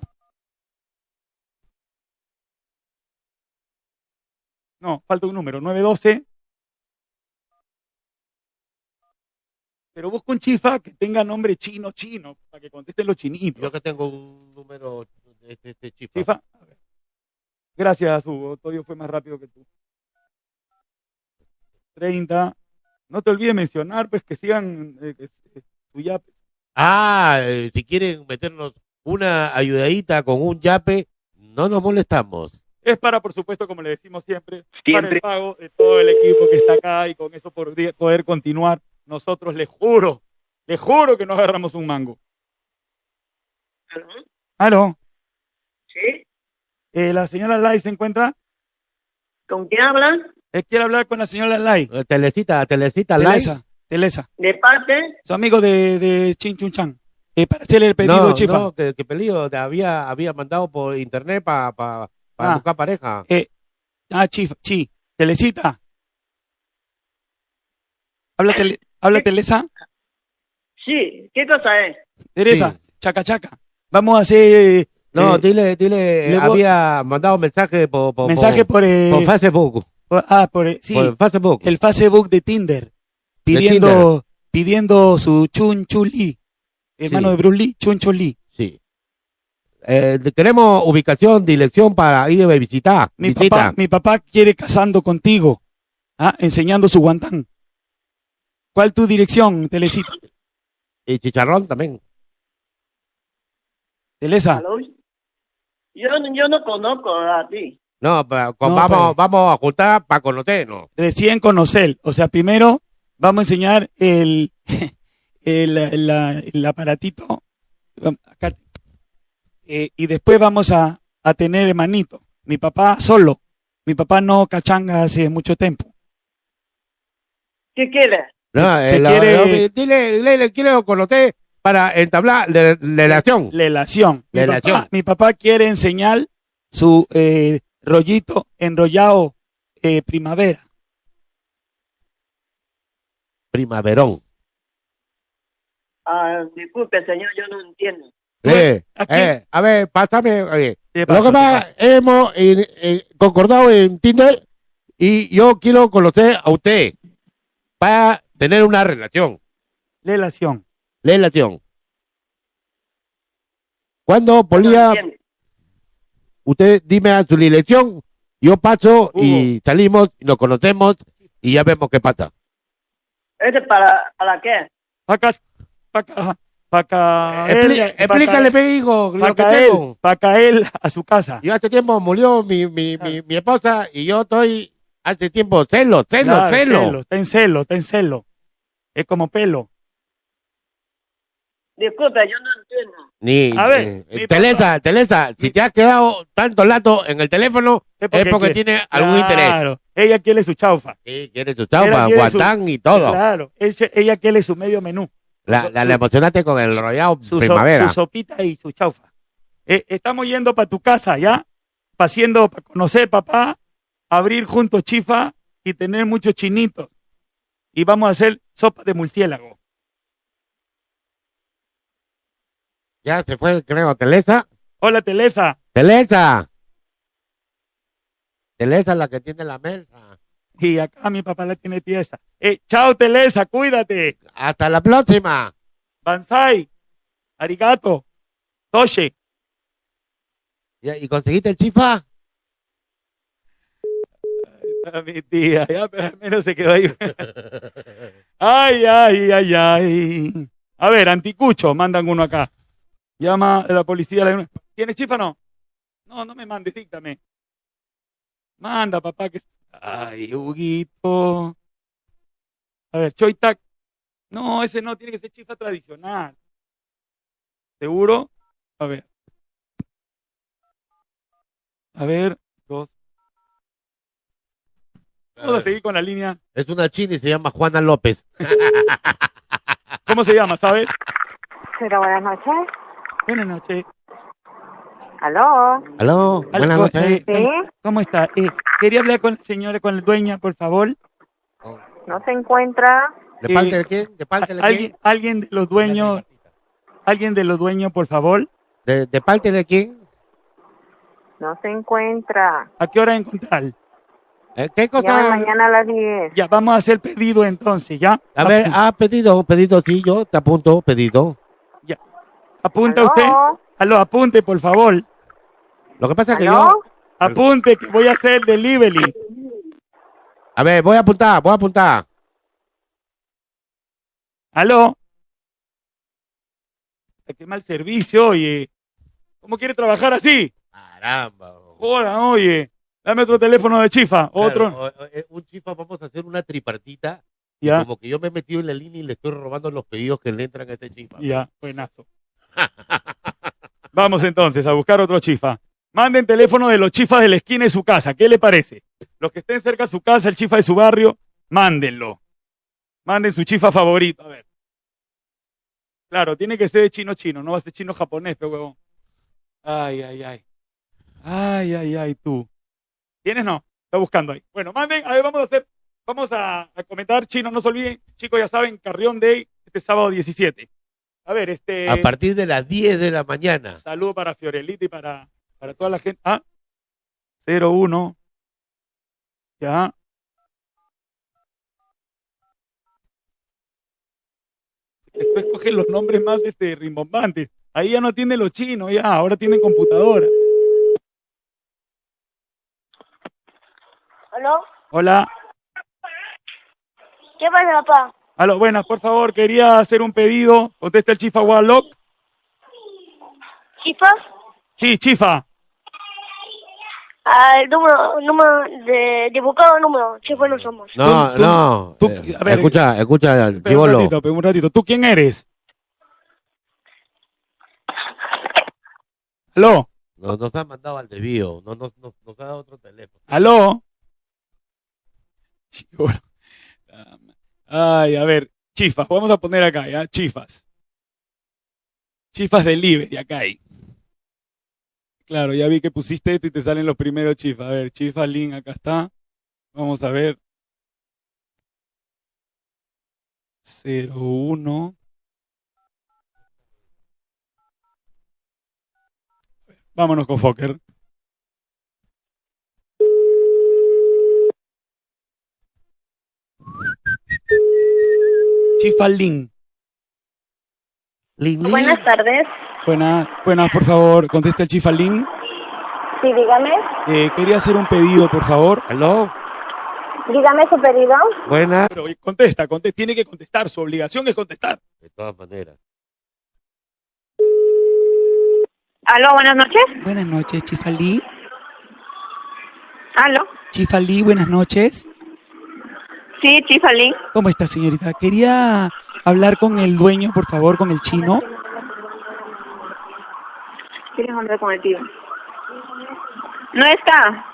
No, falta un número. 9, 12. Pero busca un chifa que tenga nombre chino, chino, para que contesten los chinitos.
Yo que tengo un número de este, este chifa.
FIFA. A ver. Gracias, Hugo. Toyo fue más rápido que tú. 30. No te olvides mencionar, pues, que sigan eh, que- que tu ya.
Ah, eh, si quieren meternos una ayudadita con un yape, no nos molestamos.
Es para, por supuesto, como le decimos siempre, para el pago de todo el equipo que está acá y con eso podría- poder continuar. Nosotros les juro, les juro que no agarramos un mango. Ah, Aló,
¿Sí?
eh, la señora Lai se encuentra.
¿Con quién hablan?
Eh, quiere hablar con la señora Lai.
Eh, Telecita, telecita, like.
Telesa, Telesa,
¿De parte?
su amigo de, de Chin Chun Chan. Eh, para hacerle el pedido,
no,
chifa.
No, que, que peligro, te había, había mandado por internet para pa, pa
Ah.
buscar pareja.
Ah, chifa, chi. Telecita. Habla, tele- habla Telesa.
Sí, ¿qué cosa es?
Teresa,
Sí.
chaca, chaca. Vamos a hacer
No,
Eh,
dile, dile,
le
eh,
voy-
había mandado mensaje por, por,
mensaje
por,
por, eh,
por Facebook.
por- ah, por, eh, sí,
Por Facebook.
el Facebook de Tinder. Pidiendo, pidiendo su Chun Chun Li. Hermano
Sí.
de Bruce Lee, Chun Chun Li.
Sí. Eh, queremos ubicación, dirección para ir a visitar.
Mi
visita.
papá, mi papá quiere casando contigo. Ah, enseñando su guantán. ¿Cuál tu dirección, Telecita?
Y chicharrón también. Ah.
Telesa.
¿Aló? Yo, yo no conozco a ti.
No, pa- con-
No,
vamos,
pero-
vamos a juntar para conocernos.
recién conocer. O sea, primero vamos a enseñar el, el, la- el aparatito vam- acá. Eh, y después vamos a, a tener hermanito. Mi papá solo. Mi papá no cachanga hace mucho tiempo.
¿Qué quieres?
No,
Te- te
eh, la-
quiere-
la- dile, dile, le quiero conocer para entablar la relación.
Lelación. Mi,
Lelación.
Papá, mi papá quiere enseñar su eh, rollito enrollado eh, primavera.
Primaverón.
Ah, disculpe, señor, yo no entiendo.
Tú-
Eh,
aquí-
eh, a ver, pásame. oye.
¿Qué
Lo
pasó?
que
¿Qué
más
pasó?
hemos eh, eh, concordado en Tinder y yo quiero conocer a usted para tener una relación.
Lelación.
Relación. Cuando
No
Polía,
entiendo.
usted dime a su dirección, yo paso y salimos, nos conocemos y ya vemos qué pasa.
¿Este para, para qué?
Paca, paca, paca.
Expli- explícale, pe, hijo, lo que
Paca él,
tengo.
paca él a su casa.
Yo hace tiempo murió mi, mi,
Ah.
mi, mi esposa y yo estoy hace tiempo celo, celo,
Claro,
celo.
Está en celo, está en celo. Es como pelo.
Disculpe, yo no entiendo.
Ni,
A ver,
eh,
mi
Telesa, Telesa, si
Mi-
te has quedado tanto lato en el teléfono, es porque
quiere-
tiene algún interés.
Claro, ella quiere su chaufa.
Sí, quiere su
Ella
chaufa,
quiere su-
guantán y todo.
Claro, ella, ella quiere su medio menú.
la,
su-
la-
su-
la emocionaste con el rollado
Su, so-
primavera.
su sopita y su chaufa. Eh, estamos yendo para tu casa, ¿ya? Pasiendo para conocer, papá, abrir juntos chifa y tener muchos chinitos. Y vamos a hacer sopa de murciélago.
ya se fue, creo, Telesa.
Hola, Telesa.
Telesa. Telesa la que tiene la mesa.
Y acá mi papá la tiene tiesa. Eh, chao, Telesa, cuídate.
Hasta la próxima.
Banzai, arigato, toshe.
Ya, ¿Y conseguiste el chifa?
A mi tía, ya pero al menos se quedó ahí. Ay, ay, ay, ay. A ver, anticucho, mandan uno acá. Llama a la policía. La... ¿Tienes chifa o no? No, no me mandes, díctame. Manda, papá. Que... Ay, Huguito. A ver, Choitac. No, ese no, tiene que ser chifa tradicional. ¿Seguro? A ver. A ver, dos. Vamos a seguir con la línea.
Es una china y se llama Juana López.
¿Cómo se llama, sabes?
Pero buenas noches.
Buenas noches.
¿Aló?
Aló, buenas
Alco-
noches.
eh, eh, ¿Cómo está? Eh, quería hablar con la señora, con la dueña, por favor.
¿No se encuentra?
¿De parte de quién? ¿De parte de quién?
¿Alguien, alguien de los dueños, alguien de los dueños, por favor.
¿De, de parte de quién?
No se encuentra.
¿A qué hora encontrar?
Eh, ¿Qué
Llame
cosa?
mañana a las 10.
Ya, vamos a hacer pedido entonces, ¿ya?
A ver, ah, pedido, pedido, sí, yo te apunto, pedido.
Apunta
¿Aló?
usted. Aló, apunte, por favor.
Lo que pasa es que
¿Aló?
yo...
Apunte que voy a hacer delivery.
A ver, voy a apuntar, voy a apuntar.
Aló. Qué mal servicio, oye. ¿Cómo quiere trabajar así?
Caramba.
Joda, oye. Dame otro teléfono de chifa. Otro.
Claro, o- o- eh, un chifa, vamos a hacer una tripartita. y
Ya,
Como que yo me he metido en la línea y le estoy robando los pedidos que le entran a este chifa.
ya. Buenazo. Vamos entonces a buscar otro chifa. Manden teléfono de los chifas de la esquina de su casa. ¿Qué le parece? Los que estén cerca de su casa, el chifa de su barrio, mándenlo. Manden su chifa favorito. A ver. Claro, tiene que ser de chino chino, no va a ser chino japonés, pero huevón. Ay, ay, ay. Ay, ay, ay, tú. ¿Tienes no? Está buscando ahí. Bueno, manden, a ver, vamos a hacer, vamos a, a comentar chino, no se olviden, chicos, ya saben, Carrión Day, este sábado 17. A ver, este.
A partir de las 10 de la mañana.
Saludo para Fiorelita y para, para toda la gente. Ah, 01. Ya. Después cogen los nombres más este, rimbombantes. Ahí ya no tienen los chinos, ya. Ahora tienen computadora.
¿Aló?
Hola.
¿Qué pasa, papá?
Aló, buenas, por favor, quería hacer un pedido. Contesta el Chifa Warlock.
¿Chifa?
Sí, Chifa.
Al Ah, número, número de dibujado número, chifa no somos.
No,
Tú- tú-
no.
tú-
eh,
a ver,
escucha, escucha,
Espera un
chivolo.
ratito, espera un ratito. ¿Tú quién eres? Aló.
Nos, nos han mandado al debido. Nos, nos, nos, nos ha dado otro teléfono.
¿Aló? Chibolo. Ay, a ver, chifas, vamos a poner acá, ¿ya? Chifas. Chifas delivery, acá hay. Claro, ya vi que pusiste esto y te salen los primeros chifas. A ver, chifas link, acá está. Vamos a ver. 01. Vámonos con Fokker. Chifa link.
Lin, lin.
Buenas tardes.
Buenas, buenas, por favor, contesta el chifalín.
Sí, dígame.
Eh, quería hacer un pedido, por favor.
¿Aló?
Dígame su pedido.
Buena.
Pero oye, contesta, contesta, tiene que contestar, su obligación es contestar.
De todas maneras.
Aló, buenas noches.
Buenas noches, Chifalí.
Aló.
Chifalí, buenas noches.
Sí, Chifalín.
¿Cómo está, señorita? Quería hablar con el dueño, por favor, con el chino.
¿Quieres hablar con el tío? No está.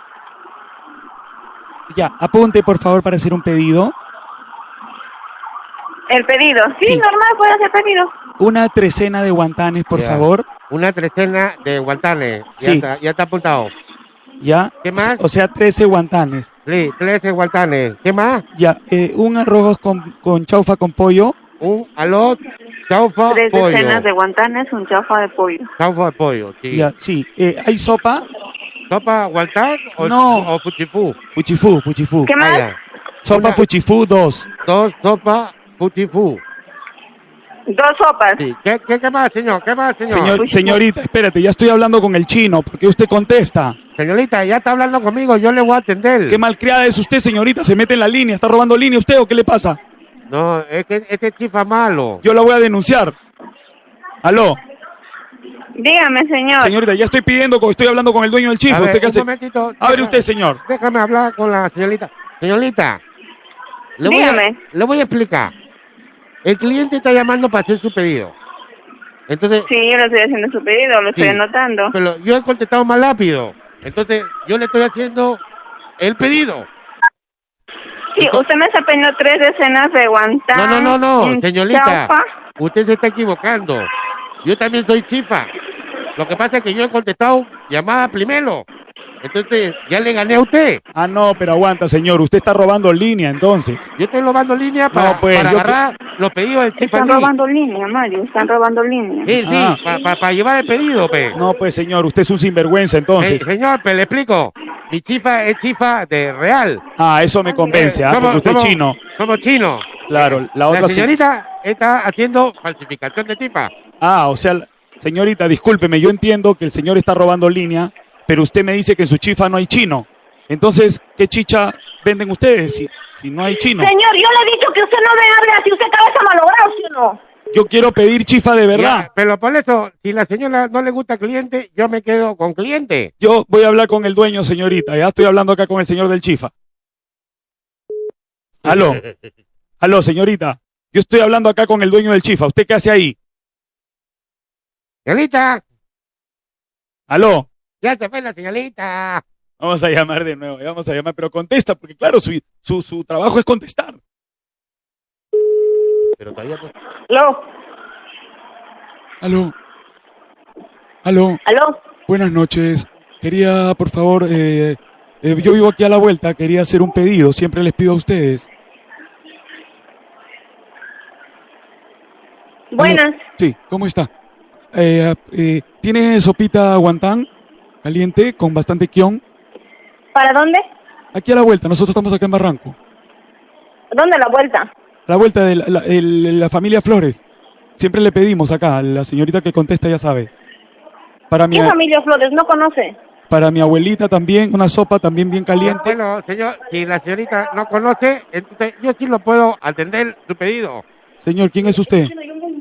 Ya, apunte, por favor, para hacer un pedido.
El pedido. Sí,
Sí.
normal, puede hacer pedido.
Una trecena de guantanes, por
Ya.
favor.
Una trecena de guantanes. Ya,
Sí.
está, ya está apuntado.
¿Ya?
¿Qué más?
O sea, 13 guantanes.
Sí, 13 guantanes. ¿Qué más?
Ya, eh, un arroz con, con chaufa con pollo.
Un aló, chaufa,
Tres
Ah, pollo.
decenas de guantanes, un chaufa de pollo.
Chaufa, pollo. Sí.
Ya, sí. Eh, ¿Hay sopa?
¿Sopa guantán o,
No.
o fuchipú?
Puchifú, puchifú.
¿Qué más?
Ah, ya.
Sopa
Una-
Fuchifú 2.
Dos sopa putifú.
Dos sopas.
Sí. ¿Qué, qué, qué más, señor? ¿Qué más, señor?
Señor, señorita, espérate, ya estoy hablando con el chino, porque usted contesta.
Señorita, ya está hablando conmigo, yo le voy a atender.
Qué malcriada es usted, señorita, se mete en la línea, está robando línea usted o qué le pasa?
No, es que este chifa malo.
Yo la voy a denunciar. Aló,
Dígame, señor.
señorita, ya estoy pidiendo, co- estoy hablando con el dueño del
A
chifa.
ver,
¿Usted qué
un
hace?
momentito.
Abre
Deja-
usted, señor.
Déjame hablar con la señorita. Señorita, le voy, a,
Dígame.
le voy a explicar. El cliente está llamando para hacer su pedido. Entonces,
Sí, yo le estoy haciendo su pedido, lo estoy
Sí.
anotando.
pero yo he contestado más rápido. Entonces, yo le estoy haciendo el pedido.
Sí,
Entonces-
usted me está pidiendo tres decenas de guantán.
No, no, no, no,
un
señorita.
chaufa.
Usted se está equivocando. Yo también soy chifa. Lo que pasa es que yo he contestado llamada primero. Entonces, ya le gané a usted.
Ah, no, pero aguanta, señor, usted está robando línea entonces.
Yo estoy robando línea para,
No, pues,
para
yo
agarrar los pedidos del chifa.
Están
Lee.
robando línea, Mario, están robando línea.
Sí, sí,
Ah.
para llevar el pedido, pe.
No, pues, señor, usted es un sinvergüenza
Eh,
entonces.
señor, pe, le explico. Mi chifa es chifa de real.
Ah, eso me convence, ah, porque usted es chino.
Somos chinos.
Claro, la
La
otra sí.
señorita está haciendo falsificación de chifa.
Ah, o sea, la- señorita, discúlpeme, yo entiendo que el señor está robando línea, pero usted me dice que en su chifa no hay chino. Entonces, ¿qué chicha venden ustedes si, si no hay chino?
Señor, yo le he dicho que usted no me hable así, usted cabeza malogrado, ¿sí o no?
Yo quiero pedir chifa de verdad.
Ya, pero por eso, si la señora no le gusta cliente, yo me quedo con cliente.
Yo voy a hablar con el dueño, señorita. Ya estoy hablando acá con el señor del chifa. Aló, aló, señorita. Yo estoy hablando acá con el dueño del chifa. ¿Usted qué hace ahí?
Señorita,
Aló.
ya se fue la señorita.
Vamos a llamar de nuevo, ya vamos a llamar, pero contesta, porque claro, su, su, su trabajo es contestar.
Pero todavía no.
Aló,
Aló. Aló.
aló.
Buenas noches. Quería, por favor, eh, eh, yo vivo aquí a la vuelta, quería hacer un pedido, siempre les pido a ustedes.
Buenas.
Sí, ¿cómo está? Eh, eh, ¿Tiene sopita guantán caliente con bastante quión?
¿Para dónde?
Aquí a la vuelta, nosotros estamos acá en Barranco.
¿Dónde la vuelta?
A la vuelta de la, la- el- la familia Flores. Siempre le pedimos acá, la señorita que contesta ya sabe. Para mi,
¿Qué familia Flores no conoce?
para mi abuelita también, una sopa también bien caliente.
Bueno, señor, si la señorita no conoce, entonces yo sí lo puedo atender su pedido.
Señor, ¿quién es usted?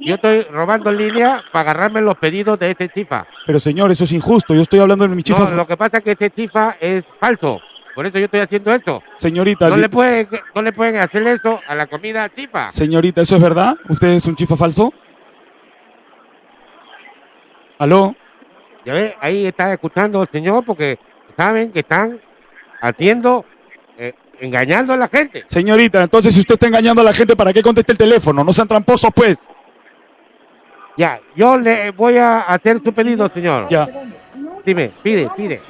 Yo estoy robando línea para agarrarme los pedidos de este chifa.
Pero señor, eso es injusto. Yo estoy hablando de mi chifa.
No, lo que pasa es que este chifa es falso. Por eso yo estoy haciendo esto.
Señorita,
No
di-
le, pueden, no le pueden hacer eso a la comida chifa.
señorita, ¿eso es verdad? ¿Usted es un chifa falso? ¿Aló?
Ya ve, ahí está escuchando, señor, porque saben que están haciendo, eh, engañando a la gente.
Señorita, entonces si usted está engañando a la gente, ¿para qué conteste el teléfono? No sean tramposos, pues.
Ya, yo le voy a hacer su pedido, señor.
Ya.
Dime, pide, pide.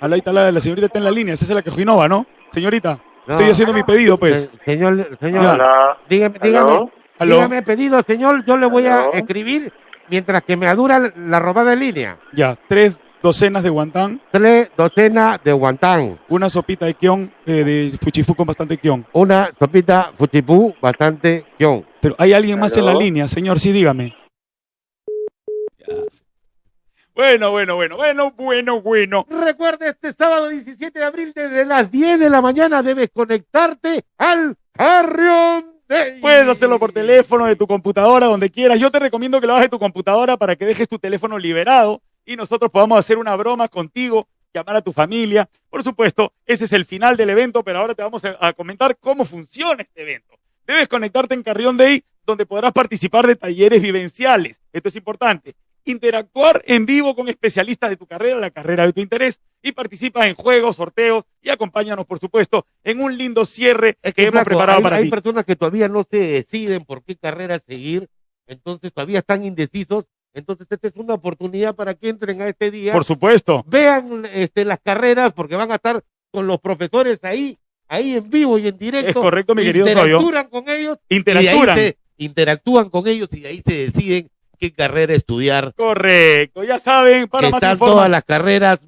Alá y talá, la señorita está en la línea. Esa es la que Juinova, ¿no? Señorita,
No.
estoy haciendo mi pedido, pues.
Se- Señor, señor,
Hola.
dígame, dígame,
¿Aló?
¿Aló?
dígame el pedido, señor, yo le voy a
¿Aló?
escribir mientras que me dura la robada de línea.
Ya, tres docenas de guantán,
Tres docenas de guantán.
una sopita de kion, eh, de fuchifú con bastante kion.
una sopita fuchipú bastante guión.
Pero hay alguien más en la
¿Aló?
línea, señor, sí, dígame. Bueno, bueno, bueno, bueno, bueno, bueno.
Recuerda, este sábado 17 de abril, desde las 10 de la mañana, debes conectarte al Carrion Day.
Puedes hacerlo por teléfono, de tu computadora, donde quieras. Yo te recomiendo que lo hagas de tu computadora para que dejes tu teléfono liberado y nosotros podamos hacer una broma contigo, llamar a tu familia. Por supuesto, ese es el final del evento, pero ahora te vamos a a comentar cómo funciona este evento. Debes conectarte en Carrión Day, donde podrás participar de talleres vivenciales. Esto es importante. Interactuar en vivo con especialistas de tu carrera, la carrera de tu interés, y participa en juegos, sorteos y acompáñanos, por supuesto, en un lindo cierre
Es
que,
que,
hemos
flaco,
preparado
hay,
para
hay
ti.
personas que todavía no se deciden por qué carrera seguir, entonces todavía están indecisos. Entonces, esta es una oportunidad para que entren a este día.
Por supuesto.
Vean este, las carreras, porque van a estar con los profesores ahí, ahí en vivo y en directo.
Es correcto, mi querido Fabio.
Interactúan con ellos y de ahí
Interactúan.
se interactúan con ellos y de ahí se deciden qué carrera estudiar.
Correcto, ya saben, para
Que
más
están
información.
todas las carreras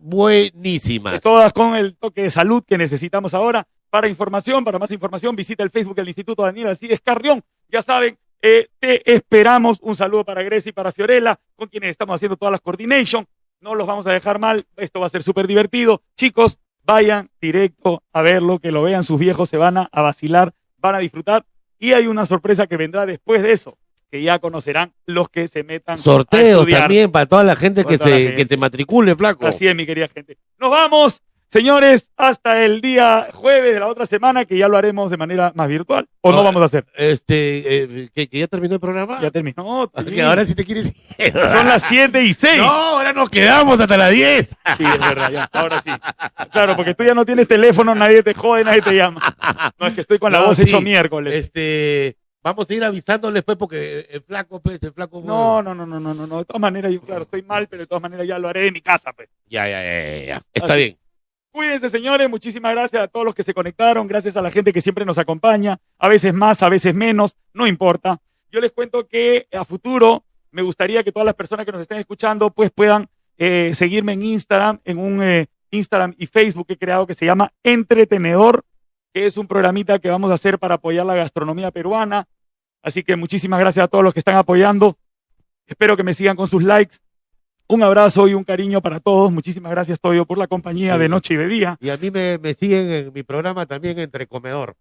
buenísimas.
Todas con el toque de salud que necesitamos ahora. Para información, para más información, visita el Facebook del Instituto Daniel Alcides Carrión. Ya saben, eh, te esperamos. Un saludo para Grecia y para Fiorella, con quienes estamos haciendo todas las coordination. No los vamos a dejar mal. Esto va a ser súper divertido. Chicos, vayan directo a verlo, que lo vean sus viejos, se van a, a vacilar, van a disfrutar. Y hay una sorpresa que vendrá después de eso, que ya conocerán los que se metan a
Sorteos
estudiar.
también para toda la gente
Para
que
toda la
se,
gente.
que se matricule, flaco.
Así es, mi querida gente. Nos vamos, señores, hasta el día jueves de la otra semana, que ya lo haremos de manera más virtual. ¿O no,
No,
vamos a hacer?
Este, eh, que, que ya terminó el programa.
Ya terminó.
Que ahora sí te quieres ir.
Son las 7 y 6.
No, ahora nos quedamos hasta las 10.
Sí, es verdad, ya. Ahora sí. Claro, porque tú ya no tienes teléfono, nadie te jode, nadie te llama. No, es que estoy con la
No,
voz
sí.
hecho miércoles.
Este, vamos a ir avisándoles pues porque el flaco, pues, el flaco.
No, no, no, no, no, no, no. De todas maneras, yo, claro, estoy mal, pero de todas maneras ya lo haré de mi casa, pues.
Ya, ya, ya, ya, ya. Está
Así.
bien.
Cuídense, señores. Muchísimas gracias a todos los que se conectaron. Gracias a la gente que siempre nos acompaña. A veces más, a veces menos. No importa. Yo les cuento que a futuro me gustaría que todas las personas que nos estén escuchando pues puedan eh, seguirme en Instagram, en un eh, Instagram y Facebook que he creado que se llama Entretenedor, que es un programita que vamos a hacer para apoyar la gastronomía peruana. Así que muchísimas gracias a todos los que están apoyando. Espero que me sigan con sus likes. Un abrazo y un cariño para todos. Muchísimas gracias, Toyo, por la compañía de noche y de día.
Y a mí me, me siguen en mi programa también entre comedor.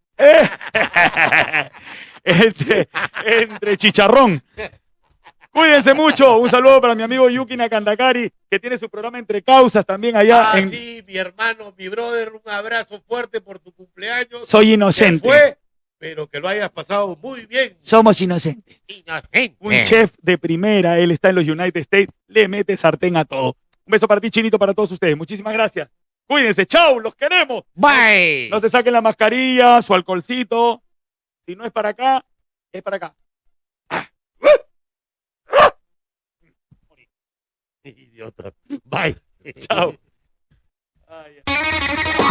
entre, Este, entre chicharrón. Cuídense mucho. Un saludo para mi amigo Yuki Nakandakari, que tiene su programa Entre Causas también allá
Ah,
en
sí, mi hermano, mi brother, un abrazo fuerte por tu cumpleaños.
Soy
que
Inocente.
fue, pero que lo hayas pasado muy bien.
Somos Inocentes.
Inocente.
Un chef de primera, él está en los United States, le mete sartén a todo. Un beso para ti, Chinito, para todos ustedes. Muchísimas gracias. Cuídense. Chau, los queremos.
Bye.
No se saquen la mascarilla, su alcoholcito. Si no es para acá, es para acá.
Idiota. Bye.
Chau. Ay, ay.